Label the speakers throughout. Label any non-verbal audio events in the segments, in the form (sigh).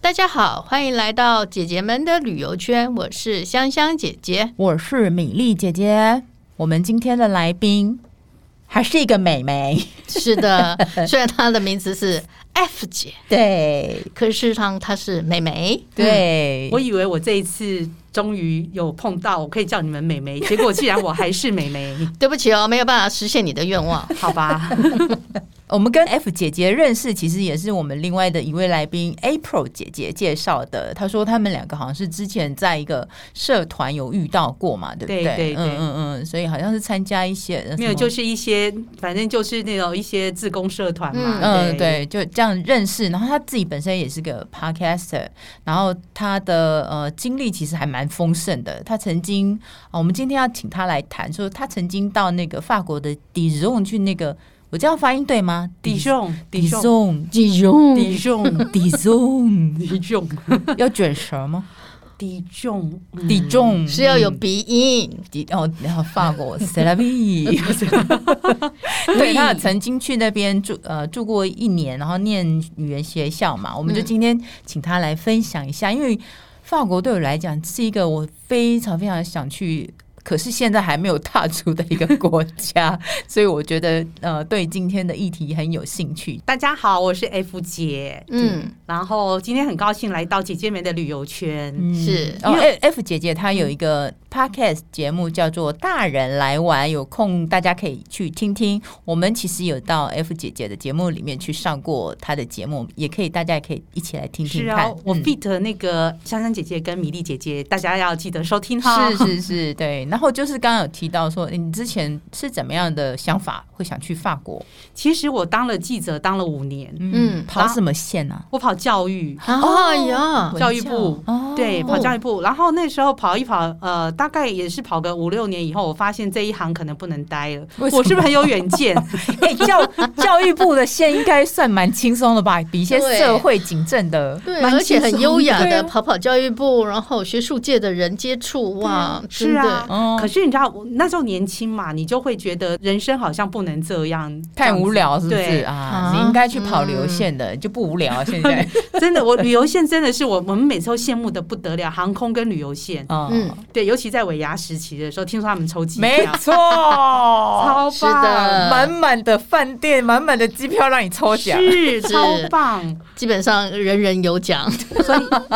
Speaker 1: 大家好，欢迎来到姐姐们的旅游圈，我是香香姐
Speaker 2: (laughs)
Speaker 1: 姐。
Speaker 3: 我是米粒姐姐。我们今天的来宾还是一个美眉，
Speaker 2: (laughs)
Speaker 1: 是的，虽然她的名字是 F 姐，
Speaker 3: 对
Speaker 1: 可是事实上她是嗯美眉。
Speaker 3: 对，
Speaker 2: 嗯我以为我这一次终于有碰到，我可以叫你们美眉，结果既然我还是美
Speaker 3: (laughs)
Speaker 2: 眉，
Speaker 1: 对不起哦，没有办法实现你的愿望。
Speaker 2: 好吧，
Speaker 3: 我们跟 F 姐姐认识，其实也是我们另外的一位来宾 April 姐姐介绍的。她说他们两个好像是之前在一个社团有遇到过嘛，对不
Speaker 2: 对对对
Speaker 3: 嗯嗯嗯，所以好像是参加一些呃
Speaker 2: 没有，就是是一些反正就是那种一些自工社团嘛，
Speaker 3: 嗯对，就这样认识。然后她自己本身也是个 podcaster，然后她的呃经历其实还蛮丰盛的。她曾经啊、我们今天要请她来谈，说她曾经到那个法国的 Dijon 去那个，我这样发音对吗
Speaker 2: 弟兄弟兄
Speaker 3: Dijon
Speaker 1: 几
Speaker 2: 弟
Speaker 1: 用
Speaker 2: 兄
Speaker 3: (laughs)
Speaker 1: (laughs)
Speaker 3: Dijon
Speaker 2: 弟
Speaker 3: (laughs)
Speaker 2: 兄
Speaker 3: 要卷舌吗？
Speaker 2: 弟兄
Speaker 3: 底
Speaker 2: 嗯
Speaker 3: 重
Speaker 1: 嗯是要有鼻音，
Speaker 3: 底哦，然后法国塞拉比，对他曾经去那边住呃住过一年，然后念语言学校嘛，我们就今天请他来分享一下，因为法国对我来讲是一个我非常非常想去。可是现在还没有踏出的一个国家， (laughs) 所以我觉得呃，对今天的议题很有兴趣。
Speaker 2: 大家好，我是 F 姐，
Speaker 1: 嗯，
Speaker 2: 然后今天很高兴来到姐姐们的旅游圈，
Speaker 1: 是
Speaker 3: 哦
Speaker 2: 因
Speaker 3: ，F F 姐姐她有一个 podcast 节目叫做《大人来玩》，有空大家可以去听听。我们其实有到 F 姐姐的节目里面去上过她的节目，也可以大家也可以一起来听听
Speaker 1: 哦
Speaker 2: 是
Speaker 3: 看。
Speaker 2: 啊，我
Speaker 3: 嗯
Speaker 2: fit 那个香香姐姐跟米粒姐姐，大家要记得收听哈。
Speaker 3: 是是是，对。然后就是刚刚有提到说，诶你之前是怎么样的想法会想去法国？
Speaker 2: 其实我当了记者，当了五年，
Speaker 1: 嗯
Speaker 3: 跑什么线呢、
Speaker 2: 我跑教育，
Speaker 3: 哦
Speaker 1: 哎呀
Speaker 3: 啊？，
Speaker 2: 教育部
Speaker 3: 文教哦，
Speaker 2: 对，跑教育部。然后那时候跑一跑，呃，大概也是跑个五六年以后，我发现这一行可能不能待了。
Speaker 3: 为什么
Speaker 2: 我是不是很有
Speaker 3: (laughs)
Speaker 2: 远见？
Speaker 3: 诶教教育部的线应该算蛮轻松的吧，比一些
Speaker 1: 对
Speaker 3: 社会警政的。
Speaker 1: 对，
Speaker 3: 蛮
Speaker 1: 而且
Speaker 3: 轻
Speaker 1: 很
Speaker 3: 松
Speaker 1: 优雅
Speaker 3: 对
Speaker 1: 的
Speaker 3: 啊
Speaker 1: 跑跑教育部，然后学术界的人接触，哇，真
Speaker 2: 是啊
Speaker 1: 的，
Speaker 3: 嗯
Speaker 2: 可是你知道，我那时候年轻嘛，你就会觉得人生好像不能这样，
Speaker 3: 太无聊是不
Speaker 2: 对
Speaker 3: 是啊
Speaker 1: 啊？
Speaker 3: 你应该去跑流线的，就不无聊啊。现在，
Speaker 2: 真的，我旅游线真的是我我们每次都羡慕的不得了，航空跟旅游线。
Speaker 1: 嗯
Speaker 3: 嗯，，
Speaker 2: 对，尤其在尾牙时期的时候，听说他们抽机
Speaker 3: 没
Speaker 2: 票，
Speaker 3: 错，
Speaker 2: 超
Speaker 1: 是
Speaker 2: 棒，
Speaker 1: 的
Speaker 3: 满满的饭店，满满的机票让你抽奖。
Speaker 2: 是
Speaker 1: 是
Speaker 2: 超棒。
Speaker 1: 基本上人人有奖，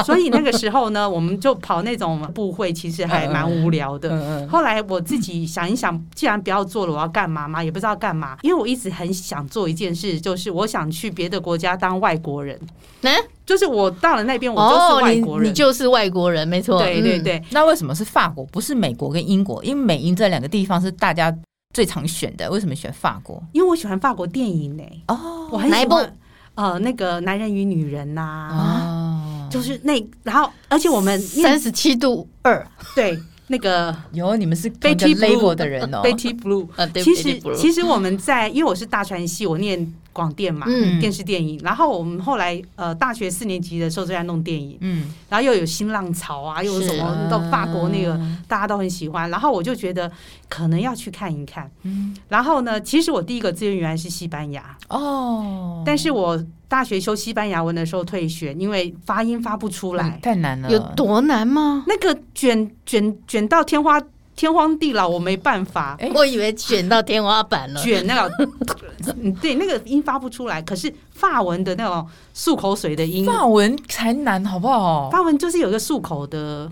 Speaker 2: 所以那个时候呢，我们就跑那种部会，其实还蛮无聊的。
Speaker 3: 嗯嗯
Speaker 2: 后来我自己想一想，既然不要做了，我要干嘛嘛？也不知道干嘛，因为我一直很想做一件事，就是我想去别的国家当外国人。
Speaker 1: 嗯，
Speaker 2: 就是我到了那边，我就是
Speaker 1: 哦，
Speaker 2: 外
Speaker 1: 你
Speaker 2: 国
Speaker 1: 你
Speaker 2: 人。
Speaker 1: 就是外国人，没错，
Speaker 2: 对对
Speaker 1: 嗯，
Speaker 2: 对，
Speaker 3: 那为什么是法国，不是美国跟英国？因为美英这两个地方是大家最常选的，为什么选法国？
Speaker 2: 因为我喜欢法国电影呢、
Speaker 3: 哦
Speaker 2: 我很
Speaker 1: 哪一
Speaker 2: 喜
Speaker 1: 部
Speaker 2: 欢呃那个《男人与女人》呐、
Speaker 3: 哦，
Speaker 2: 就是那然后而且我们
Speaker 1: 三十七度二，
Speaker 2: 对那个
Speaker 3: 有你们是同一个
Speaker 2: Betty Blue
Speaker 3: level 的人哦。
Speaker 2: Betty Blue，
Speaker 1: 呃，对，
Speaker 2: 其
Speaker 1: 对
Speaker 2: 实
Speaker 1: 不如
Speaker 2: 其实我们在，因为我是大传系，我念广电嘛，
Speaker 1: 嗯
Speaker 2: 电视电影。然后我们后来呃大学四年级的时候就在弄电影，
Speaker 3: 嗯，
Speaker 2: 然后又有新浪潮啊，又有什
Speaker 3: 哦
Speaker 2: 么到法国那个
Speaker 3: 嗯
Speaker 2: 大家都很喜欢。然后我就觉得可能要去看一看。
Speaker 3: 嗯
Speaker 2: 然后呢，其实我第一个志愿原来是西班牙，
Speaker 3: 哦，
Speaker 2: 但是我大学修西班牙文的时候退学，因为发音发不出来，
Speaker 3: 太难了，
Speaker 1: 有多难吗？
Speaker 2: 那个卷卷卷到天花天荒地老，我没办法。
Speaker 3: 哎
Speaker 1: 我以为卷到天花板了，
Speaker 2: 卷那个， (laughs) 嗯对，那个音发不出来。可是法文的那种漱口水的音，
Speaker 3: 法文才难，好不好？
Speaker 2: 法文就是有一个漱口的，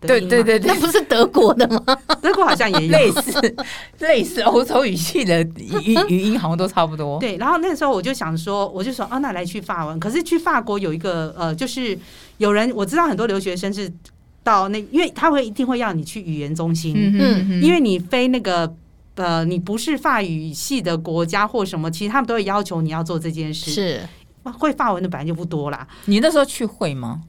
Speaker 2: 的
Speaker 3: 对
Speaker 2: 音嘛
Speaker 3: 对，对对
Speaker 1: 那，不是德国的吗？
Speaker 2: 德国好像也
Speaker 3: (laughs)
Speaker 2: 有。
Speaker 3: 类似类似欧洲语系的语语音好像都差不多。
Speaker 2: 对，然后那时候我就想说，我就说啊，那来去法文。可是去法国有一个呃，就是有人我知道很多留学生是到那，因为他会一定会要你去语言中心，
Speaker 3: 嗯嗯，
Speaker 2: 因为你飞那个。呃，你不是法语系的国家或什么，其实他们都会要求你要做这件事。
Speaker 1: 是
Speaker 2: 会法文的本来就不多啦。
Speaker 3: 你那时候去会吗？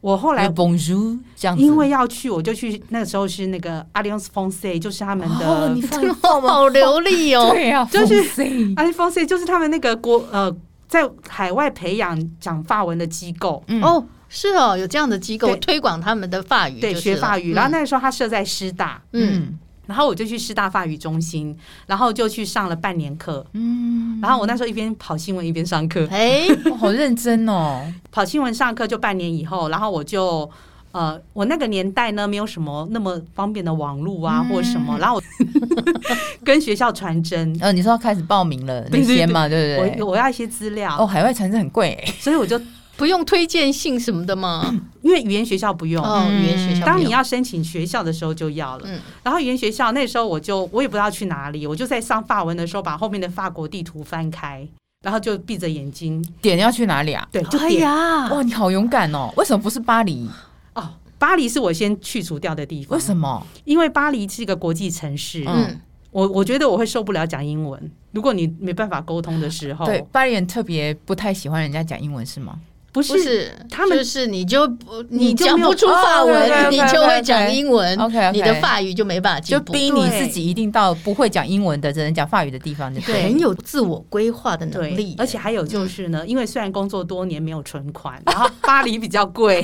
Speaker 2: 我后来
Speaker 3: 有 Bonjour 这样子，
Speaker 2: 因为要去，我就去。那时候是那个 Alliance Français，就是他们的、 (laughs) 啊
Speaker 3: 哦，你放放吗
Speaker 1: 好流利哦，
Speaker 3: 对呀，啊
Speaker 2: 就是
Speaker 3: Francais
Speaker 2: Alliance Français，就是他们那个国呃，在海外培养讲法文的机构，
Speaker 3: 嗯
Speaker 1: 哦，是哦，有这样的机构
Speaker 2: 对
Speaker 1: 推广他们的法语，
Speaker 3: 嗯
Speaker 2: 对，学法语。然后
Speaker 1: 呢，
Speaker 2: 那时候他设在师大，
Speaker 1: 嗯，
Speaker 2: 然后我就去师大法语中心，然后就去上了半年课。嗯，然后我那时候一边跑新闻一边上课，
Speaker 1: 哎，
Speaker 3: 哇嗯好认真哦，
Speaker 2: 跑新闻上课就半年以后，然后我就。呃，我那个年代呢，没有什么那么方便的网络啊，或者什
Speaker 3: 嗯
Speaker 2: 么，然后我 (laughs) 跟学校传真，
Speaker 3: 呃，你说要开始报名了
Speaker 2: 对
Speaker 3: 那
Speaker 2: 对
Speaker 3: 些嘛，对不
Speaker 2: 我
Speaker 3: 对？
Speaker 2: 我要一些资料，
Speaker 3: 哦，海外传真很贵欸，
Speaker 2: 所以我就
Speaker 1: 不用推荐信什么的吗？
Speaker 2: 因为语言学校不用，
Speaker 1: 哦，语言学校不用，
Speaker 2: 当你要申请学校的时候就要了。
Speaker 1: 嗯
Speaker 2: 然后语言学校那时候我就我也不知道去哪里，我就在上法文的时候把后面的法国地图翻开，然后就闭着眼睛，
Speaker 3: 点要去哪里啊？
Speaker 2: 对，就
Speaker 1: 哎
Speaker 2: 点、
Speaker 1: 呀，
Speaker 3: 哇，你好勇敢哦！为什么不是巴黎？
Speaker 2: 哦。巴黎是我先去除掉的地方，
Speaker 3: 为什？么？
Speaker 2: 因为巴黎是一个国际城市，
Speaker 1: 嗯，
Speaker 2: 我我觉得我会受不了讲英文。如果你没办法沟通的时候，
Speaker 3: 对，巴黎人特别不太喜欢人家讲英文，是吗？
Speaker 2: 不
Speaker 1: 不
Speaker 2: 是
Speaker 1: 是，
Speaker 2: 他们
Speaker 1: 就是你就不
Speaker 2: 你就
Speaker 1: 讲
Speaker 2: 没有
Speaker 1: 不出法
Speaker 3: 哦，OK，OK，OK，OK
Speaker 1: 文，你就会讲英文
Speaker 3: OK，OK
Speaker 1: 你的法语就没办法
Speaker 3: 就
Speaker 1: 进步。
Speaker 3: 逼你自己一定到不会讲英文的，只能讲法语的地方就对了。
Speaker 1: 很有自我规划的能
Speaker 2: 对
Speaker 1: 力，，嗯
Speaker 2: 而且还有就是呢，因为虽然工作多年没有存款，然后巴黎比
Speaker 1: (laughs)
Speaker 2: 较贵，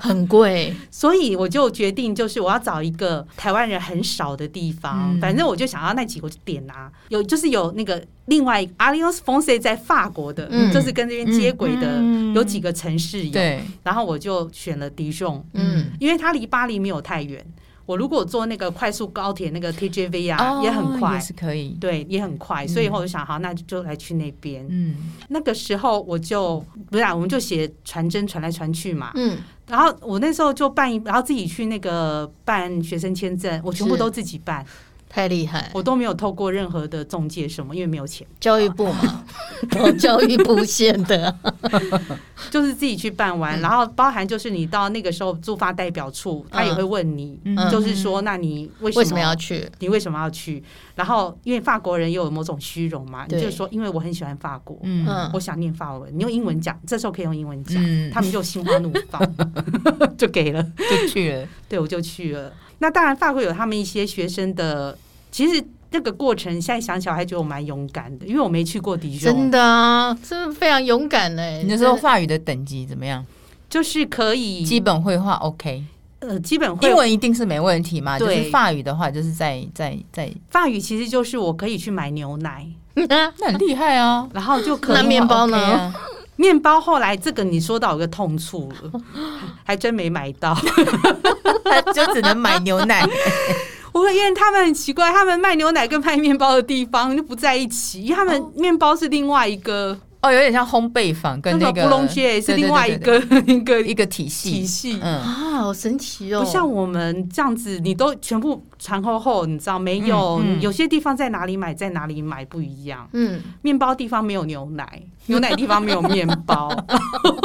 Speaker 1: 很贵。
Speaker 2: 所以我就决定，就是我要找一个台湾人很少的地方，
Speaker 3: 嗯
Speaker 2: 反正我就想要那几个点啊，有就是有那个另外 Alios Fonse 在法国的，
Speaker 1: 嗯
Speaker 2: 就是跟这边接轨的、
Speaker 3: 嗯
Speaker 2: 有几个城市有，
Speaker 3: 对，
Speaker 2: 然后我就选了迪仲，
Speaker 1: 嗯，
Speaker 2: 因为它离巴黎没有太远，我如果坐那个快速高铁那个 TJV 啊、
Speaker 3: 哦
Speaker 2: 也很快
Speaker 3: 也。是嗯可以。
Speaker 2: 对，也很快，所以我就想，好，那就来去那边。
Speaker 3: 嗯，
Speaker 2: 那个时候我就不是、啊，我们就写传真传来传去嘛，
Speaker 1: 嗯，
Speaker 2: 然后我那时候就办一，然后自己去那个办学生签证，我全部
Speaker 1: 是
Speaker 2: 都自己办，
Speaker 1: 太厉害，
Speaker 2: 我都没有透过任何的中介什么，因为没
Speaker 1: (laughs)
Speaker 2: 有钱，
Speaker 1: 教育部嘛，哦 (laughs) 教育部限的，
Speaker 2: 就是自己去办
Speaker 1: 嗯
Speaker 2: 完。然后包含就是你到那个时候驻发代表处，他也会问你，
Speaker 3: 嗯
Speaker 2: 就是说，那你
Speaker 1: 为
Speaker 2: 为什
Speaker 1: 什么
Speaker 2: 么
Speaker 1: 要去？
Speaker 2: 你为什么要去？然后因为法国人也有某种虚荣嘛，你
Speaker 1: 对
Speaker 2: 就说因为我很喜欢法国，
Speaker 3: 嗯
Speaker 1: 嗯
Speaker 2: 我想念法文，你用英文讲，这时候可以用英文讲，
Speaker 3: 嗯，
Speaker 2: 他们就心花怒放， (laughs) 就给了。
Speaker 3: 就去了。
Speaker 2: 对，我就去了。那当然，法国有他们一些学生的，其实那个过程现在想起来还觉得我蛮勇敢的，因为我没去过迪
Speaker 1: 真
Speaker 2: 兄，
Speaker 1: 的啊，真的非常勇敢嘞。
Speaker 3: 你那时候
Speaker 1: 真的
Speaker 3: 法语的等级怎么样？
Speaker 2: 就是可以
Speaker 3: 基本绘画 OK，
Speaker 2: 呃基本嗯会
Speaker 3: 英文一定是没问题嘛。就
Speaker 2: 对
Speaker 3: 是法语的话，就是在在在，
Speaker 2: 法语，其实就是我可以去买牛奶，
Speaker 3: 那很厉害啊。
Speaker 2: 然后就
Speaker 3: (laughs)
Speaker 2: 可
Speaker 1: 那
Speaker 2: 以
Speaker 1: 面包呢
Speaker 3: 英文 OK 啊？
Speaker 2: 面包。后来这个你说到有个痛处了， (laughs) 还真没买到。 (laughs)
Speaker 3: (laughs) 就只能买牛奶。
Speaker 2: 我因为他们很奇怪，他们卖牛奶跟卖面包的地方就不在一起，因为他
Speaker 3: 哦
Speaker 2: 们面包是另外一个，
Speaker 3: 哦，有点像烘焙坊跟那
Speaker 2: 个
Speaker 3: 个
Speaker 2: 布隆街是
Speaker 3: 对对
Speaker 2: 另外一
Speaker 3: 对
Speaker 2: 个 (laughs) 一个
Speaker 3: 对一个体
Speaker 2: 体
Speaker 3: 系。
Speaker 2: 系。
Speaker 3: 嗯，
Speaker 1: (laughs) 啊，好神奇哦，
Speaker 2: 不像我们这样子，你都全部传厚厚，你知道没有？
Speaker 3: 嗯嗯
Speaker 2: 有些地方在哪里买，在哪里买不一样。
Speaker 1: 嗯，
Speaker 2: 面包地方没有牛奶，牛奶地方没有面包。 (laughs)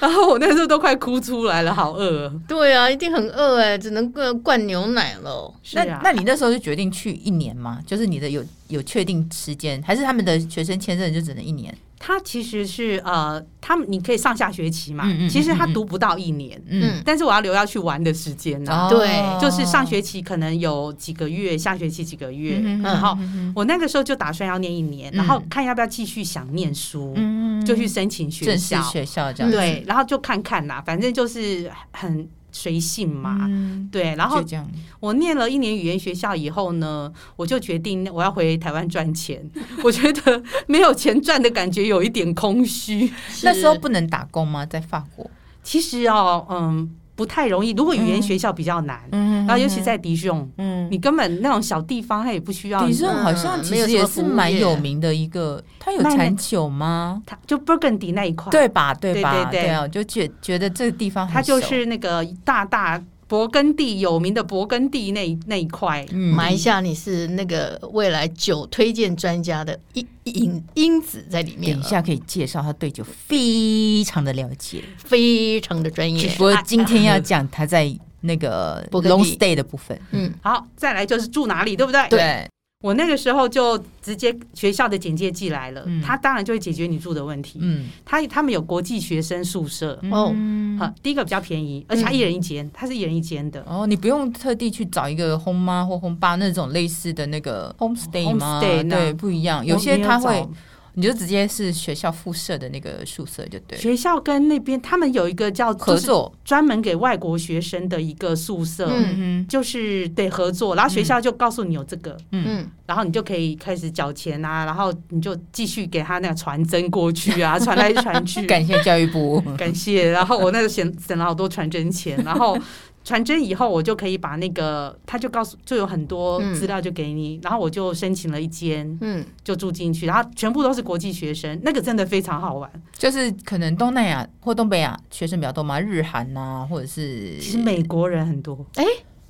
Speaker 2: 然后我那时候都快哭出来了，好饿哦。
Speaker 1: 对啊，一定很饿哎，只能灌灌牛奶喽。
Speaker 2: 是
Speaker 3: 那
Speaker 2: 啊，
Speaker 3: 那你那时候就决定去一年吗？就是你的有有确定时间，还是他们的学生签证就只能一年？
Speaker 2: 他其实是呃，他们你可以上下学期嘛，
Speaker 3: 嗯嗯嗯
Speaker 2: 其实他
Speaker 3: 嗯嗯
Speaker 2: 读不到一年，
Speaker 1: 嗯，
Speaker 2: 但是我要留要去玩的时间
Speaker 3: 哦
Speaker 2: 呢、
Speaker 1: 对
Speaker 2: 嗯就是上学期可能有几个月，下学期几个月。
Speaker 3: 嗯
Speaker 2: 然后
Speaker 3: 嗯
Speaker 2: 我那个时候就打算要念一
Speaker 3: 嗯
Speaker 2: 年，然后看要不要继续想念书，
Speaker 3: 嗯
Speaker 2: 就去申请学
Speaker 3: 正式
Speaker 2: 校。
Speaker 3: 学校这样子
Speaker 2: 对，然后就看看啦，反正就是很随性嘛。
Speaker 3: 嗯
Speaker 2: 对，然后
Speaker 3: 就这样，
Speaker 2: 我念了一年语言学校以后呢，我就决定我要回台湾赚钱。 (laughs) 我觉得没有钱赚的感觉有一点空虚。
Speaker 3: 那时候不能打工吗？在法国，
Speaker 2: 其实哦，嗯，不太容易。如果语言学校比较难，
Speaker 3: 嗯
Speaker 2: 然后尤其在迪雄，
Speaker 3: 嗯，
Speaker 2: 你根本那种小地方他也不需要
Speaker 3: 迪
Speaker 2: 你。
Speaker 3: 士好像
Speaker 1: 嗯
Speaker 3: 其
Speaker 1: 没有什么
Speaker 3: 实也是
Speaker 1: 服务
Speaker 3: 蛮
Speaker 1: 业
Speaker 3: 有名的一个，它有
Speaker 2: 那那
Speaker 3: 产酒吗？
Speaker 2: 他就 Burgundy 那一块，，
Speaker 3: 对吧？对吧？
Speaker 2: 对对对
Speaker 3: 对啊，我就觉觉得这个地方很
Speaker 2: 他就
Speaker 3: 熟
Speaker 2: 是那个大大勃艮第有名的勃艮第那一那一块。
Speaker 3: 嗯
Speaker 1: 埋下你是那个未来酒推荐专家的一影因子在里面
Speaker 3: 等
Speaker 1: 了，
Speaker 3: 一下可以介绍，他对酒非常的了解。
Speaker 1: 非常的专
Speaker 3: 只
Speaker 1: 业。
Speaker 3: 不过今天
Speaker 2: (laughs)
Speaker 3: 要讲他在那个
Speaker 1: 勃艮第
Speaker 3: long stay 的部分，
Speaker 1: 嗯，
Speaker 2: 好，再来就是住哪里，对不对？
Speaker 3: 对，
Speaker 2: 我那个时候就直接学校的简介寄来了，
Speaker 3: 嗯
Speaker 2: 他当然就会解决你住的问题。
Speaker 3: 嗯，
Speaker 2: 他他们有国际学生宿舍，
Speaker 1: 哦
Speaker 2: 哈、第一个比较便宜，而且他一人一间，他是一人一间的。
Speaker 3: 哦，你不用特地去找一个 home 妈或 home 爸那种类似的那个 home stay 吗？
Speaker 2: Homestay 呢
Speaker 3: 对，不一样。
Speaker 2: 我
Speaker 3: 有些
Speaker 2: 没
Speaker 3: 他
Speaker 2: 找
Speaker 3: 会，你就直接是学校附设的那个宿舍就对了，
Speaker 2: 学校跟那边他们有一个叫
Speaker 3: 合，
Speaker 2: 就是
Speaker 3: 作，
Speaker 2: 专门给外国学生的一个宿舍，
Speaker 3: 嗯
Speaker 2: 就是得合作，然后学校就告诉你有这个，
Speaker 3: 嗯
Speaker 1: 嗯，
Speaker 2: 然后你就可以开始缴钱啊，然后你就继续给他那个传真过去啊，传来传去
Speaker 3: 嗯，，感谢教育部， (laughs)
Speaker 2: 感谢。然后我那个 (laughs) 省省了好多传真钱，然后传真以后我就可以把那个，他就告诉就有很多资料就给你，然后我就申请了一间
Speaker 1: 嗯，
Speaker 2: 就住进去，然后全部都是国际学生，那个真的非常好玩。
Speaker 3: 就是可能东南亚或东北亚学生比较多嘛，日韩呐、或者是
Speaker 2: 其实美国人很多，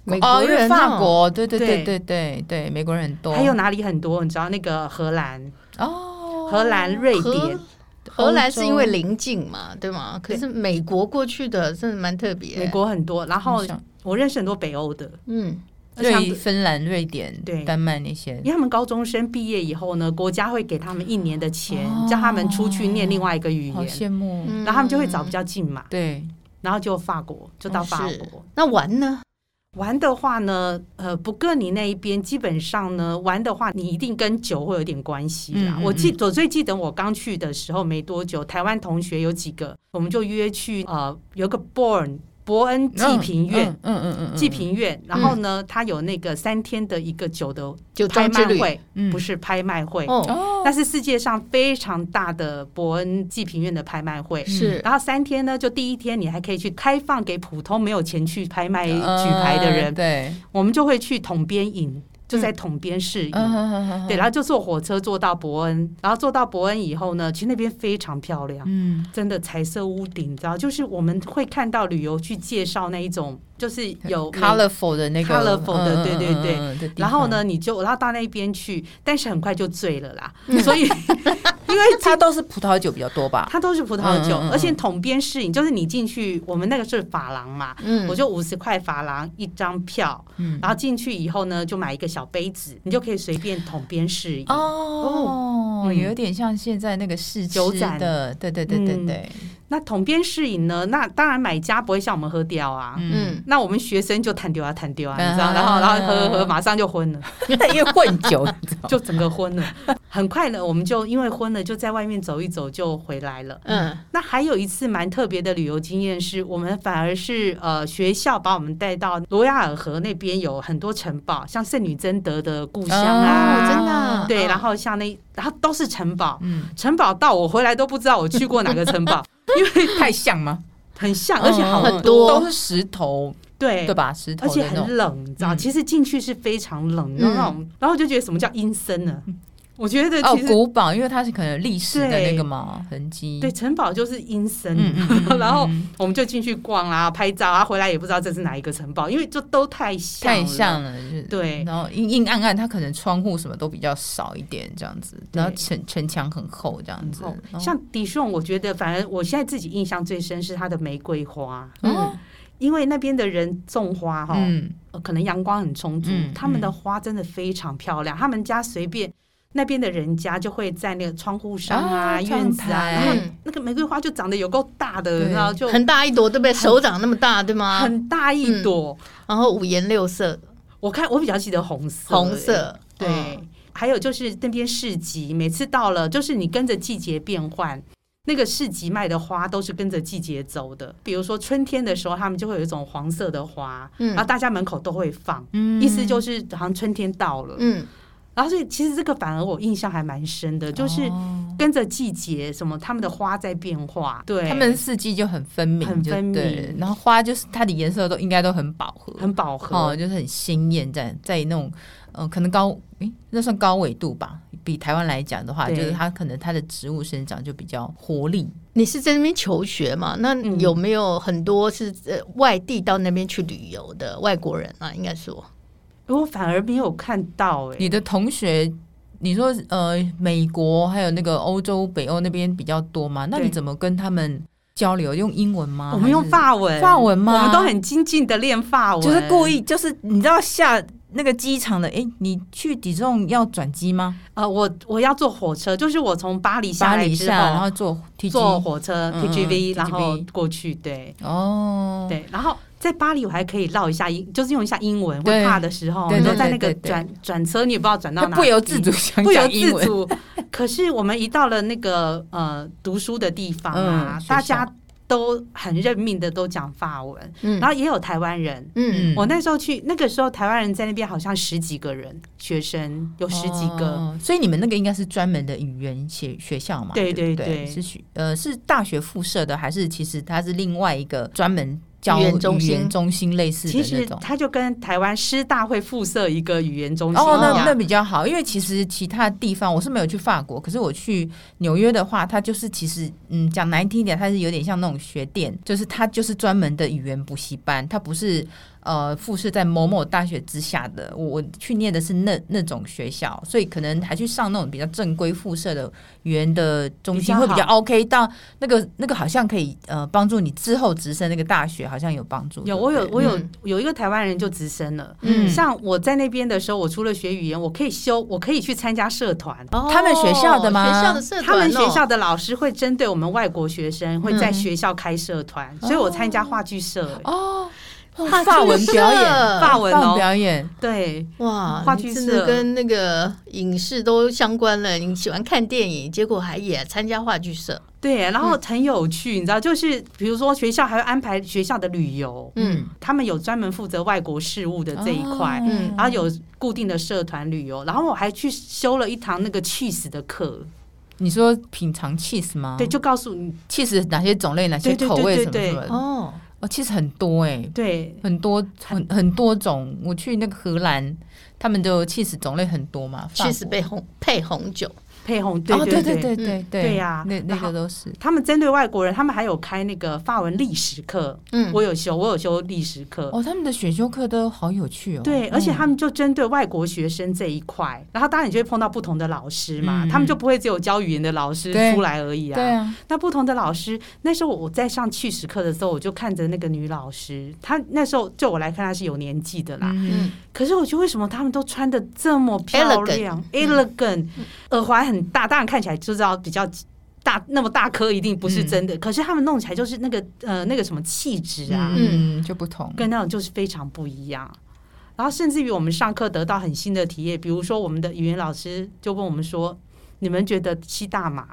Speaker 1: 美
Speaker 3: 哦，
Speaker 1: 国
Speaker 3: 因为
Speaker 1: 人
Speaker 3: 法
Speaker 1: 哦，
Speaker 3: 国，对对对对
Speaker 2: 对
Speaker 3: 对对，美国人很多，
Speaker 2: 还有哪里很多？你知道那个荷兰、
Speaker 3: 哦，
Speaker 2: 荷兰、瑞
Speaker 1: 荷
Speaker 2: 典，
Speaker 1: 荷兰是因为
Speaker 3: 欧洲
Speaker 1: 邻近嘛，对吗？可是美国过去的真的蛮特别，
Speaker 2: 美，国很多。然后
Speaker 3: 印象
Speaker 2: 我认识很多北欧的，
Speaker 1: 嗯
Speaker 2: 而且他们
Speaker 3: 瑞、芬兰、瑞典、
Speaker 2: 对
Speaker 3: 丹麦那些
Speaker 2: 因，为他们高中生毕业以后呢，国家会给他们一年的钱，
Speaker 3: 哦
Speaker 2: 叫他们出去念另外一个语
Speaker 3: 好
Speaker 2: 言，
Speaker 3: 羡慕。
Speaker 1: 嗯，
Speaker 2: 然后他们就会找比较近嘛，
Speaker 3: 对，
Speaker 2: 然后就法国，就到
Speaker 1: 哦
Speaker 2: 法
Speaker 1: 是
Speaker 2: 国。
Speaker 1: 那玩呢？
Speaker 2: 玩的话呢，呃，不过你那一边基本上呢，玩的话你一定跟酒会有点关系啦。
Speaker 3: 嗯嗯
Speaker 2: 我记我最记得我刚去的时候没多久，台湾同学有几个，我们就约去呃有个 Born 伯恩济贫院。
Speaker 3: 嗯嗯嗯嗯，嗯
Speaker 2: 济，贫院，然后呢，它有那个三天的一个酒的
Speaker 1: 酒
Speaker 2: 拍
Speaker 1: 庄之
Speaker 2: 卖
Speaker 1: 旅，
Speaker 2: 会，
Speaker 3: 嗯
Speaker 2: 不是拍卖会，
Speaker 1: 哦，
Speaker 3: 哦，
Speaker 2: 那是世界上非常大的伯恩济贫院的拍卖会。
Speaker 1: 是
Speaker 2: 然后三天呢，就第一天你还可以去开放给普通没有钱去拍卖举牌的人
Speaker 3: 嗯，对，
Speaker 2: 我们就会去统编营，就在统编市营。
Speaker 3: 嗯
Speaker 2: 对，，然后就坐火车坐到伯恩，然后坐到伯恩以后呢，其实那边非常漂亮，
Speaker 3: 嗯，
Speaker 2: 真的彩色屋顶，你知道，就是我们会看到旅游去介绍那一种，就是有美
Speaker 3: colorful 的那个嗯
Speaker 2: colourful 的对对对
Speaker 3: 对
Speaker 2: 然后？呢，你就然后到那边去，但是很快就醉了
Speaker 3: (laughs)
Speaker 2: 啦，所以因为
Speaker 3: 它都是葡萄酒比较多吧？
Speaker 2: 它都是葡萄酒，
Speaker 3: 嗯嗯嗯
Speaker 2: 而且统编市营就是你进去，我们那个是法郎嘛，
Speaker 1: 嗯，
Speaker 2: 我就五十块法郎一张票，
Speaker 3: 嗯
Speaker 2: 然后进去以后呢，就买一个小杯子，你就可以随便统编试饮。
Speaker 1: 哦
Speaker 3: 哦，
Speaker 2: 嗯
Speaker 3: 有点像现在那个试
Speaker 2: 酒
Speaker 3: 吃
Speaker 2: 展
Speaker 3: 的，对对对对对，
Speaker 2: 那统编试饮呢，那当然买家不会像我们喝掉啊。
Speaker 3: 嗯，
Speaker 1: 嗯，
Speaker 2: 那我们学生就弹丢啊弹丢啊，你知
Speaker 3: 啊
Speaker 2: 道，然后然后喝喝喝，马上就昏了，
Speaker 1: (laughs)
Speaker 3: 因为混酒，你知道吗
Speaker 2: 嗯 (laughs) 就整个昏了。很快呢，我们就因为昏了，就在外面走一走就回来了。
Speaker 1: 嗯
Speaker 2: 那还有一次蛮特别的旅游经验是，我们反而是呃学校把我们带到罗亚尔河那边有很多城堡，像圣女贞德的故乡
Speaker 1: 哦
Speaker 2: 啊，
Speaker 1: 真的啊
Speaker 2: 对，
Speaker 1: 嗯
Speaker 2: 然后像那然后都是城堡，
Speaker 3: 嗯，
Speaker 2: 城堡到我回来都不知道我去过哪个城
Speaker 3: (laughs)
Speaker 2: 堡，
Speaker 3: 太像吗？
Speaker 2: 很像， (laughs) 而且
Speaker 3: 嗯嗯
Speaker 2: 好
Speaker 3: 嗯
Speaker 1: 很多
Speaker 3: 都是石头，
Speaker 2: 对
Speaker 3: 对。吧？石头
Speaker 2: 而且
Speaker 3: 的那种，
Speaker 2: 很冷，你知道？
Speaker 3: 嗯
Speaker 2: 其实进去是非常冷的那种，然后我就觉得什么叫阴森呢？我觉得
Speaker 3: 哦
Speaker 2: 其，实
Speaker 3: 古堡，因为它是可能历史的那个嘛痕迹，
Speaker 2: 对城堡就是阴森，
Speaker 3: 嗯，嗯，嗯
Speaker 2: (laughs) 然后
Speaker 3: 嗯嗯
Speaker 2: 我们就进去逛啦、拍照啊，回来也不知道这是哪一个城堡，因为就都太像，
Speaker 3: 太。像了，就是
Speaker 2: 对
Speaker 3: 然后阴阴暗暗，它可能窗户什么都比较少一点，这样子，
Speaker 2: 对
Speaker 3: 然后城城墙很厚，这样子
Speaker 2: 哦，
Speaker 3: 然后
Speaker 2: 像迪顺，我觉得反而我现在自己印象最深是它的玫瑰花，
Speaker 3: 哦
Speaker 2: 因为那边的人种花哈、
Speaker 3: 嗯
Speaker 2: 呃可能阳光很充足，
Speaker 3: 嗯
Speaker 2: 他们的花真的非常漂亮。他们家随便那边的人家就会在那个窗户上啊、
Speaker 3: 啊
Speaker 2: 院子啊，
Speaker 3: 窗台
Speaker 2: 然后
Speaker 1: 嗯
Speaker 2: 那个玫瑰花就长得有够大的，
Speaker 3: 对
Speaker 2: 然后就
Speaker 1: 很大一朵，对不对？手掌那么大，对吗？
Speaker 2: 很大一朵。
Speaker 1: 然后五颜六色，
Speaker 2: 我看我比较记得红色，欸
Speaker 1: 红色，
Speaker 2: 对。
Speaker 1: 嗯
Speaker 2: 还有就是那边市集，每次到了就是你跟着季节变换，那个市集卖的花都是跟着季节走的。比如说春天的时候，他们就会有一种黄色的花，
Speaker 1: 嗯
Speaker 2: 然后大家门口都会放，
Speaker 3: 嗯
Speaker 2: 意思就是好像春天到了。
Speaker 1: 嗯
Speaker 2: 然后所以其实这个反而我印象还蛮深的，就是
Speaker 3: 哦
Speaker 2: 跟着季节什么他们的花在变化，对，
Speaker 3: 它们四季就很分明，
Speaker 2: 很
Speaker 3: 就
Speaker 2: 分明
Speaker 3: 对然后花就是它的颜色都应该都很饱和，
Speaker 2: 很饱和，
Speaker 3: 哦，就是很鲜艳，在在那种呃，可能高诶、那算高纬度吧。比台湾来讲的话，就
Speaker 2: 对
Speaker 3: 是它可能它的植物生长就比较活力。
Speaker 1: 你是在那边求学嘛？那
Speaker 2: 嗯
Speaker 1: 有没有很多是呃外地到那边去旅游的外国人啊？应该说，
Speaker 2: 我反而没有看到哎、
Speaker 3: 你的同学，你说呃，美国还有那个欧洲、北欧那边比较多嘛？那你
Speaker 2: 对
Speaker 3: 怎么跟他们交流？用英文吗？
Speaker 2: 我们用
Speaker 3: 还是
Speaker 2: 法文，
Speaker 3: 法文吗
Speaker 2: 我们都很精进的练法文，
Speaker 3: 就是故意，就是你知道下那个机场的，诶，你去底重要转机吗？
Speaker 2: 呃，我我要坐火车，就是我从巴黎下
Speaker 3: 巴
Speaker 2: 来
Speaker 3: 黎
Speaker 2: 之
Speaker 3: 下，然
Speaker 2: 后
Speaker 3: 后坐 T 机
Speaker 2: 坐火车
Speaker 3: 嗯嗯
Speaker 2: TGV，然后
Speaker 3: TGV
Speaker 2: 过去，对
Speaker 3: 哦，
Speaker 2: 对，然后。在巴黎，我还可以绕一下英，就是用一下英文。
Speaker 3: 对
Speaker 2: 会怕的时候，
Speaker 3: 对
Speaker 2: 你就
Speaker 3: 对
Speaker 2: 在
Speaker 3: 对
Speaker 2: 那个
Speaker 3: 对对
Speaker 2: 转转车，你也不知道转到
Speaker 3: 就
Speaker 2: 哪里，
Speaker 3: 不由自主想
Speaker 2: (laughs) 不由
Speaker 3: 讲英
Speaker 2: 自
Speaker 3: 文。
Speaker 2: 主。可是我们一到了那个呃读书的地方啊，
Speaker 3: 嗯
Speaker 2: 大
Speaker 3: 学校
Speaker 2: 家都很认命的都讲法文，
Speaker 1: 嗯
Speaker 2: 然后也有台湾人。
Speaker 1: 嗯
Speaker 3: 嗯
Speaker 2: 我那时候去，那个时候台湾人在那边好像十几个人，学生有十几个，
Speaker 3: 哦所以你们那个应该是专门的语言学学校嘛？
Speaker 2: 对
Speaker 3: 对
Speaker 2: 对
Speaker 3: 不
Speaker 2: 对
Speaker 3: 是学呃是大学附设的，还是其实它是另外一个专门教
Speaker 1: 语言中心
Speaker 3: 语言中心类似
Speaker 2: 其
Speaker 3: 的那
Speaker 2: 实
Speaker 3: 种？
Speaker 2: 他就跟台湾师大会附设一个语言中心一
Speaker 3: 哦，那
Speaker 2: 样
Speaker 3: 那比较好，因为其实其他地方我是没有去法国，可是我去纽约的话，它就是其实嗯讲难听一点，它是有点像那种学店，就是它就是专门的语言补习班，它不是呃附设在某某大学之下的。我我去念的是那那种学校，所以可能还去上那种比较正规附设的语言的中
Speaker 2: 比
Speaker 3: 心
Speaker 2: 较
Speaker 3: 会比较
Speaker 2: 好
Speaker 3: OK。到那个那个好像可以呃帮助你之后直升那个大学，好像有帮助。
Speaker 2: 有
Speaker 3: 对不
Speaker 2: 我有
Speaker 3: 对
Speaker 2: 我有、
Speaker 1: 嗯
Speaker 2: 有一个台湾人就直升了。
Speaker 3: 嗯
Speaker 2: 像我在那边的时候，我除了学语言，我可以修，我可以去参加社团。
Speaker 1: 哦
Speaker 3: 他们学校的吗
Speaker 1: 学校的社团哦，
Speaker 2: 他们学校的老师会针对我们外国学生，会在学校开社团，所以我参加话剧社、欸
Speaker 3: 哦。
Speaker 1: 哇
Speaker 3: 法文表
Speaker 1: 真
Speaker 3: 演，
Speaker 1: 的
Speaker 2: 法文
Speaker 3: 放
Speaker 2: 哦
Speaker 3: 表演，
Speaker 2: 对，
Speaker 1: 哇，
Speaker 2: 话
Speaker 1: 你
Speaker 2: 剧
Speaker 1: 真
Speaker 2: 社
Speaker 1: 的跟那个影视都相关了。你喜欢看电影，结果还也参加话剧社，
Speaker 2: 对，然后很有趣，你知道，就是比如说学校还会安排学校的旅游，
Speaker 1: 嗯
Speaker 2: 他们有专门负责外国事务的这一块，
Speaker 3: 哦
Speaker 1: 嗯
Speaker 2: 然后有固定的社团旅游，然后我还去修了一堂那个 cheese 的课，
Speaker 3: 你说品尝 cheese 吗？
Speaker 2: 对，就告诉你，
Speaker 3: cheese 哪些种类、哪些
Speaker 2: 对对
Speaker 3: 口味
Speaker 2: 对
Speaker 3: 什么
Speaker 2: 对
Speaker 3: 什么的。
Speaker 1: 哦，
Speaker 3: 哦，cheese 很多哎、
Speaker 2: 对，
Speaker 3: 很多很很多种。我去那个荷兰，他们的 cheese 种类很多嘛。法
Speaker 1: 确实
Speaker 3: 国
Speaker 1: 被红配红酒，
Speaker 2: 配红，
Speaker 3: 哦，对对
Speaker 2: 对对嗯
Speaker 3: 对对
Speaker 2: 对呀
Speaker 3: 那那
Speaker 2: 然
Speaker 3: 个
Speaker 2: 后
Speaker 3: 都是。
Speaker 2: 他们针对外国人，他们还有开那个法文历史课，
Speaker 1: 嗯，
Speaker 2: 我有修，我有修历史课。
Speaker 3: 哦，他们的选修课都好有趣哦。
Speaker 2: 对，而且他
Speaker 3: 们
Speaker 2: 们就针对外国学生这一块，然后当然你就会碰到不同的老师嘛，
Speaker 3: 嗯
Speaker 2: 他们就不会只有教语言的老师
Speaker 3: 对
Speaker 2: 出来而已啊。
Speaker 3: 对啊，
Speaker 2: 那不同的老师，那时候我在上趣史课的时候，我就看着那个女老师，她那时候就我来看她是有年纪的啦，
Speaker 3: 嗯
Speaker 1: 嗯，
Speaker 2: 可是我觉得为什么他们都穿的这么漂亮
Speaker 3: 嗯
Speaker 1: Elegant
Speaker 2: ，elegant，耳环很大，当然看起来就知道比较大，那么大颗一定不
Speaker 3: 嗯
Speaker 2: 是真的。可是他们弄起来就是那个呃那个什么气质啊，
Speaker 3: 嗯嗯就不同。
Speaker 2: 跟那种就是非常不一样。然后甚至于我们上课得到很新的体验，比如说我们的语言老师就问我们说：“你们觉得吸大麻？”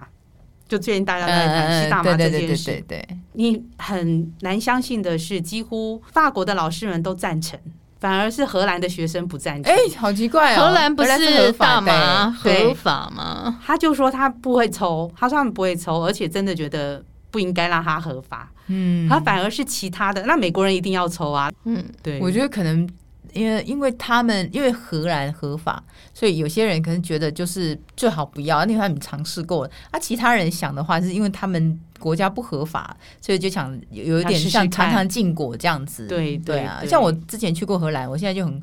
Speaker 2: 就最近大家都在谈吸大麻
Speaker 3: 对对
Speaker 2: 这
Speaker 3: 对
Speaker 2: 件
Speaker 3: 对
Speaker 2: 事，
Speaker 3: 对对，
Speaker 2: 你很难相信的是，几乎法国的老师们都赞成，反而是荷兰的学生不赞成。
Speaker 3: 哎，好奇怪哦，
Speaker 1: 荷兰不
Speaker 3: 荷
Speaker 1: 是
Speaker 3: 合
Speaker 1: 大
Speaker 3: 法的欸
Speaker 1: 麻
Speaker 2: 对
Speaker 1: 合法吗？
Speaker 2: 他就说他不会抽，他说他们不会抽，而且真的觉得不应该让他合法，
Speaker 3: 嗯，
Speaker 2: 他反而是其他的。那美国人一定要抽啊，
Speaker 1: 嗯，
Speaker 2: 对，
Speaker 3: 我觉
Speaker 2: 得
Speaker 3: 得可能因为因为他们因为荷兰合法，所以有些人可能觉得就是最好不要，因为他们尝试过了。啊，其他人想的话，是因为他们国家不合法，所以就想有有点
Speaker 2: 想试试
Speaker 3: 像尝
Speaker 2: 看
Speaker 3: 尝禁果这样子。
Speaker 2: 对
Speaker 3: 对
Speaker 2: 对
Speaker 3: 啊，
Speaker 2: 对
Speaker 3: 像我之前去过荷兰，我现在就很。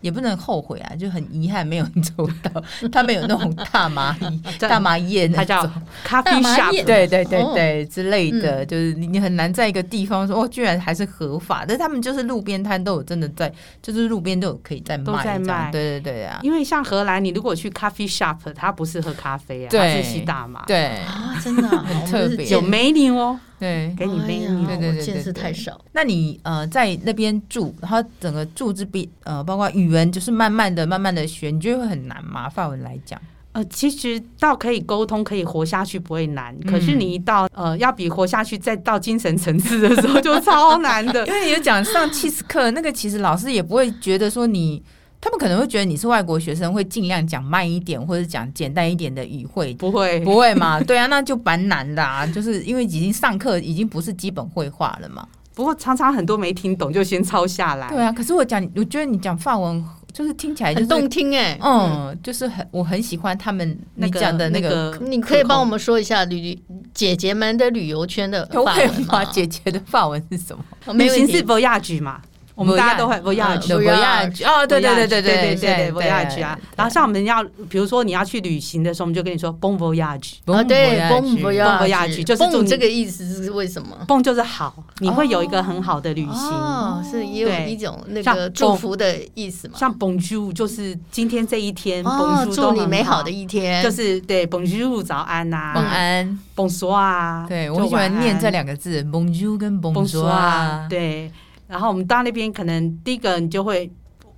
Speaker 3: 也不能后悔啊，就很遗憾没有 (laughs) 抽到。他们有那种大麻
Speaker 2: (laughs)
Speaker 3: 衣、大麻叶那
Speaker 2: 他叫
Speaker 3: 种，
Speaker 2: 咖啡
Speaker 1: 大麻
Speaker 2: shop
Speaker 1: 叶
Speaker 3: 对对对
Speaker 1: 哦
Speaker 3: 对、之类
Speaker 2: 嗯
Speaker 3: 的，就是你你很难在一个地方说哦，居然还是合法，但是他们就是路边摊都有真的在，就是路边都有可以在卖，
Speaker 2: 都在
Speaker 3: 这样
Speaker 2: 卖
Speaker 3: 对对对啊，
Speaker 2: 因为像荷兰，你如果去 coffee shop，它不是喝咖啡啊，它
Speaker 3: 对
Speaker 2: 是吸大麻，
Speaker 3: 对
Speaker 1: 啊，真的啊
Speaker 3: 很
Speaker 1: 我们
Speaker 3: 特
Speaker 1: 是
Speaker 3: 别
Speaker 1: 见
Speaker 2: 有 menu 哦，
Speaker 3: 对。 (laughs)
Speaker 2: 给你
Speaker 1: 哎呀
Speaker 2: menu，、
Speaker 3: 对对对
Speaker 1: 我见识
Speaker 3: 对
Speaker 1: 太少。
Speaker 3: 那你呃在那边住，然后整个住这边呃，包括语文，就是慢慢的、慢慢的学，你觉得会很难吗？法文来讲，
Speaker 2: 呃，其实到可以沟通、可以活下去不会难，可是你一到呃要比活下去再到精神层次的时候就超难的
Speaker 3: 因，为你有讲上 c h 课，那个其实老师也不会觉得说你，他们可能会觉得你是外国学生，会尽量讲慢一点，或者讲简单一点的语汇，
Speaker 2: (laughs) 不会，
Speaker 3: 不会嘛？ (laughs) 对啊，那就蛮难的啊，就是因为已经上课已经不是基本绘画了嘛。
Speaker 2: 不过常常很多没听懂就先抄下来。
Speaker 3: 对啊，可是我讲，我觉得你讲法文就是听起来就
Speaker 1: 很
Speaker 3: 是，
Speaker 1: 动听哎、
Speaker 3: 嗯，就是很我很喜欢他们
Speaker 2: 那
Speaker 3: 你
Speaker 2: 个
Speaker 3: 讲的那 (laughs) 个。
Speaker 2: 个
Speaker 1: 你可以帮我们说一下旅旅姐姐们的旅游圈的
Speaker 3: 都
Speaker 1: 法
Speaker 3: 会
Speaker 1: 文
Speaker 3: 吗？
Speaker 1: 吗？
Speaker 3: 姐姐的法文是什么？
Speaker 1: 哦没
Speaker 2: 旅
Speaker 1: 问
Speaker 2: 行是
Speaker 1: 题。
Speaker 2: voyage 嘛，我们大家都会 voyage。
Speaker 1: voyage
Speaker 3: voyage 哦，对对对
Speaker 2: voyage，
Speaker 3: 对
Speaker 2: 嗯对
Speaker 3: 对
Speaker 2: 对 voyage 啊！然后像我们要，比如说你要去旅行的时候，我们就跟你说 bon voyage，
Speaker 1: 啊，对，bon
Speaker 2: 哦 Bon voyage，就是祝
Speaker 1: voyage，bon
Speaker 2: 你
Speaker 1: 这个意思是为什么？
Speaker 2: bon 就是好，你会有一个很好的旅行。
Speaker 1: 哦，是也有
Speaker 2: 对
Speaker 1: 一种那
Speaker 2: 像
Speaker 1: 个祝福的意思嘛？
Speaker 2: 像 bonjour 就是今天这一天
Speaker 1: 哦，
Speaker 2: ，bonjour
Speaker 1: 祝
Speaker 2: 都
Speaker 1: 你
Speaker 2: 很
Speaker 1: 哦美好
Speaker 2: 好
Speaker 1: 的一天，
Speaker 2: 就是对 bonjour 早安呐
Speaker 3: 晚安。
Speaker 2: ，bonsoir 啊，
Speaker 3: 对我
Speaker 2: 就
Speaker 3: 很喜欢
Speaker 2: 晚
Speaker 3: 念
Speaker 2: 安
Speaker 3: 这两个字，bonjour 跟
Speaker 2: bonsoir
Speaker 3: bonjour 啊。
Speaker 2: 对。然后我们到那边，可能第一个你就会，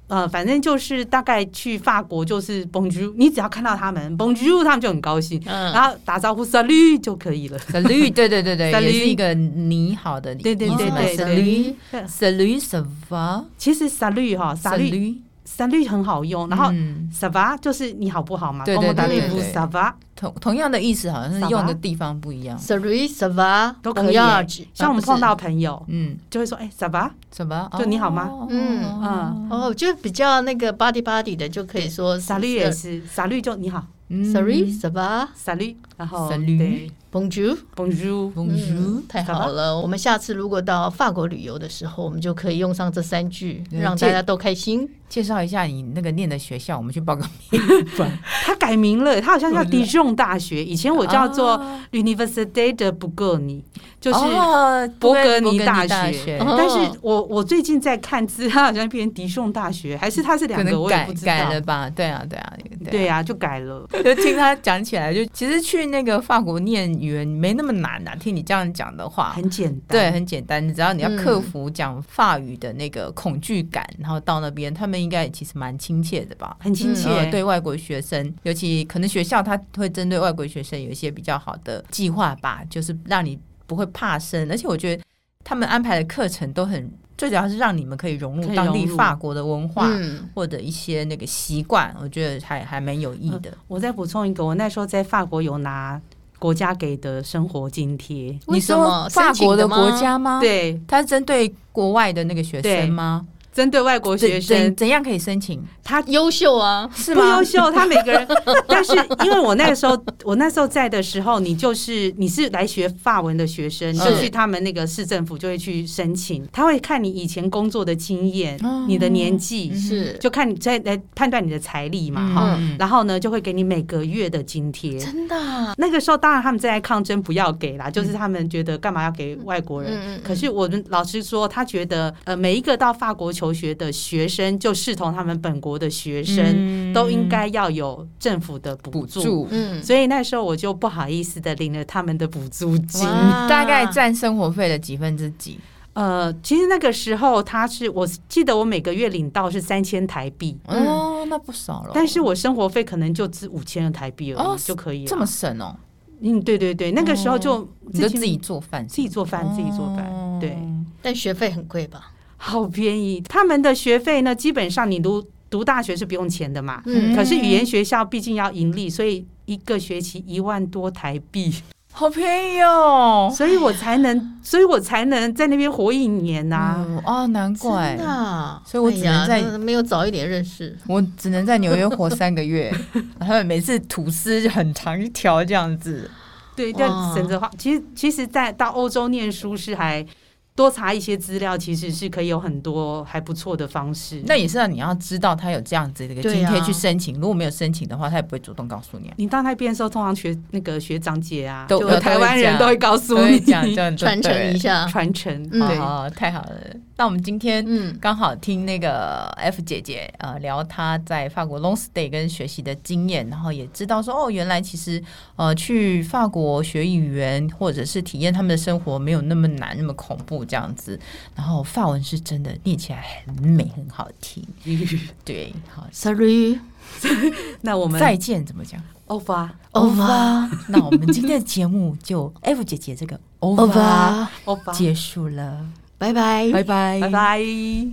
Speaker 2: 呃，反正就是大概去法国就是 Bonjour，你只要看到他们 Bonjour，他们就很高兴，
Speaker 1: 嗯，
Speaker 2: 然后打招呼 Salut 就可以了。
Speaker 3: Salut，对对对对，
Speaker 2: Salut
Speaker 3: 也是一个你好的意思
Speaker 2: 对对
Speaker 3: 嘛
Speaker 2: 对对
Speaker 1: 对
Speaker 3: Salut，Salut ça va？
Speaker 2: 其实 Salut 哈，Salut Salut 很好用，然后
Speaker 3: 嗯
Speaker 2: Ça va 就是你好不好嘛，
Speaker 3: 对对
Speaker 2: Comment
Speaker 1: 对
Speaker 2: allez-vous？
Speaker 3: 对
Speaker 2: Ça va
Speaker 3: 同同样的意思，好像是
Speaker 2: Ça va？
Speaker 3: 用的地方不一样。
Speaker 1: s a r i s a v a
Speaker 2: 都可以像我们碰到朋友
Speaker 3: 嗯，
Speaker 2: 就会说，哎，Ça va？
Speaker 3: 怎么？
Speaker 2: 就你好吗
Speaker 3: 哦
Speaker 1: 嗯
Speaker 2: 嗯
Speaker 1: 哦，就比较那个 body body 的就可以说
Speaker 2: Salut 也是，Salut 就你好
Speaker 3: 嗯
Speaker 1: s a r i s a v a
Speaker 2: ，Salut，然后
Speaker 3: Salut
Speaker 2: 对
Speaker 1: Bonjour。
Speaker 3: Bonjour，
Speaker 2: Bonjour。
Speaker 1: 嗯
Speaker 2: 嗯
Speaker 1: 太好了！我们下次如果到法国旅游的时候，我们就可以用上这三句，
Speaker 3: 嗯
Speaker 1: 让大家都开心。
Speaker 3: 介绍一下你那个念的学校，我们去报个
Speaker 2: 他改名了，他好像叫
Speaker 3: 对
Speaker 2: 迪仲大学，以前我叫做
Speaker 3: 哦
Speaker 2: Université de Bourgogne，就是。
Speaker 3: 是
Speaker 2: 勃艮尼大
Speaker 3: 大
Speaker 2: 学
Speaker 3: 学
Speaker 1: 哦
Speaker 2: 但是我我最近在看资，他好像变成迪仲大学，还是他是
Speaker 3: 嗯
Speaker 2: 两
Speaker 3: 可
Speaker 2: 个，
Speaker 3: 能
Speaker 2: 我也
Speaker 3: 改
Speaker 2: 不知
Speaker 3: 改
Speaker 2: 道。
Speaker 3: 了吧？对啊，对啊，啊
Speaker 2: 对啊，就改了。
Speaker 3: 就听他讲起来，就其实去那个法国念语言没那么难的、听你这样讲的话，
Speaker 2: 很简单。
Speaker 3: 对，，很简单。只要你要
Speaker 1: 嗯
Speaker 3: 克服讲法语的那个恐惧感，然后到那边，他们应该也其实蛮亲切的吧？
Speaker 2: 很亲切。
Speaker 3: 呃，对外国学生，尤其可能学校他会针对外国学生有一些比较好的计划吧，就是让你不会怕生，而且我觉得他们安排的课程都很，最主要是让你们可以融
Speaker 2: 可
Speaker 3: 入
Speaker 2: 以
Speaker 3: 当地
Speaker 2: 融入
Speaker 3: 法国的文化。
Speaker 1: 嗯，
Speaker 3: 或者一些那个习惯，我觉得还还蛮有益的。
Speaker 2: 我再补充一个，我那时候在法国有拿国家给的生活津贴，
Speaker 3: 你
Speaker 1: 为什么
Speaker 3: 说法国的国家吗？，
Speaker 2: 对，
Speaker 3: 它是针对国外的那个学生吗？
Speaker 2: 针对外国学
Speaker 3: 怎怎
Speaker 2: 生，
Speaker 3: 怎样可以申请？
Speaker 2: 他
Speaker 1: 优秀啊，
Speaker 3: 是
Speaker 2: 不
Speaker 3: 吗
Speaker 2: 优？
Speaker 3: (laughs)
Speaker 2: 秀，他每个人，但是因为我那个时候，我那时候在的时候，你就是你是来学法文的学生，你
Speaker 3: 嗯
Speaker 2: 就是去他们那个市政府就会去申请，他会看你以前工作的经验、
Speaker 3: 哦
Speaker 2: 你的年纪，
Speaker 3: 嗯
Speaker 1: 是
Speaker 2: 就看你在来判断你的财力嘛，哈、
Speaker 3: 嗯
Speaker 2: 然后呢，就会给你每个月的津贴。
Speaker 1: 真的啊。
Speaker 2: 那个时候，当然他们正在抗争，不要给啦，就是他们觉得干嘛要给外国人？
Speaker 1: 嗯嗯嗯
Speaker 2: 可是我们老师说，他觉得呃，每一个到法国求学的学生，就视同他们本国的学生，
Speaker 3: 嗯
Speaker 2: 都应该要有政府的补
Speaker 3: 补
Speaker 2: 助。
Speaker 3: 助，
Speaker 1: 嗯，
Speaker 2: 所以那时候我就不好意思的领了他们的补助金。
Speaker 1: 哇
Speaker 3: 大概占生活费的几分之几？
Speaker 2: 呃，其实那个时候他是，我记得我每个月领到是三千台币，
Speaker 1: 嗯
Speaker 3: 哦，那不少了。
Speaker 2: 但是我生活费可能就只五千台币而已、
Speaker 3: 哦
Speaker 2: 就可以了。
Speaker 3: 这么省哦，
Speaker 2: 嗯，对对对，那个时候就
Speaker 3: 你就
Speaker 2: 己
Speaker 3: 自己做饭，
Speaker 2: 自己做饭，自己做饭，
Speaker 3: 哦
Speaker 2: 对。
Speaker 1: 但学费很贵吧？
Speaker 2: 好便宜。他们的学费呢，基本上你读读大学是不用钱的嘛。
Speaker 1: 嗯
Speaker 2: 可是语言学校毕竟要盈利，所以一个学期一万多台币，
Speaker 3: 好便宜哦。
Speaker 2: 所以我才能，所以我才能在那边活一年啊呐、
Speaker 3: 嗯哦，难怪
Speaker 1: 真的啊，
Speaker 3: 所以我只能
Speaker 1: 哎呀
Speaker 3: 在
Speaker 1: 那没有早一点认识。
Speaker 3: 我只能在纽约活三个月，他们每次吐司就很长一条这样子。
Speaker 2: 对，
Speaker 1: 哇
Speaker 2: 但省着花。其实，其实，在到欧洲念书是还多查一些资料，其实是可以有很多还不错的方式。
Speaker 3: 那也是让你要知道他有这样子的一个
Speaker 1: 对
Speaker 3: 津
Speaker 1: 啊
Speaker 3: 贴去申请，如果没有申请的话，他也不会主动告诉你啊。
Speaker 2: 你到那边的时候，通常学那个学长姐啊，
Speaker 3: 都
Speaker 2: 就
Speaker 3: 都会
Speaker 2: 台湾人
Speaker 3: 讲
Speaker 2: 都会告诉
Speaker 3: 所以
Speaker 2: 你
Speaker 3: 这样这样就
Speaker 1: 传承
Speaker 3: 对
Speaker 1: 一下，
Speaker 2: 传承。
Speaker 1: 嗯
Speaker 2: 对，
Speaker 3: 哦，太好了。那我们今天
Speaker 1: 嗯，
Speaker 3: 刚好听那个 F 姐姐呃聊她在法国 long stay 跟学习的经验，然后也知道说哦，原来其实呃去法国学语言或者是体验他们的生活没有那么难那么恐怖这样子，然后法文是真的念起来很美很好听， (laughs) 对，好
Speaker 1: Sorry，
Speaker 2: 那我们
Speaker 3: 再见怎么讲
Speaker 2: over
Speaker 1: over，
Speaker 3: 那我们今天的节目就 F 姐姐这个
Speaker 1: over，
Speaker 3: 结束了，
Speaker 1: 拜拜。
Speaker 3: 拜拜
Speaker 2: 拜拜。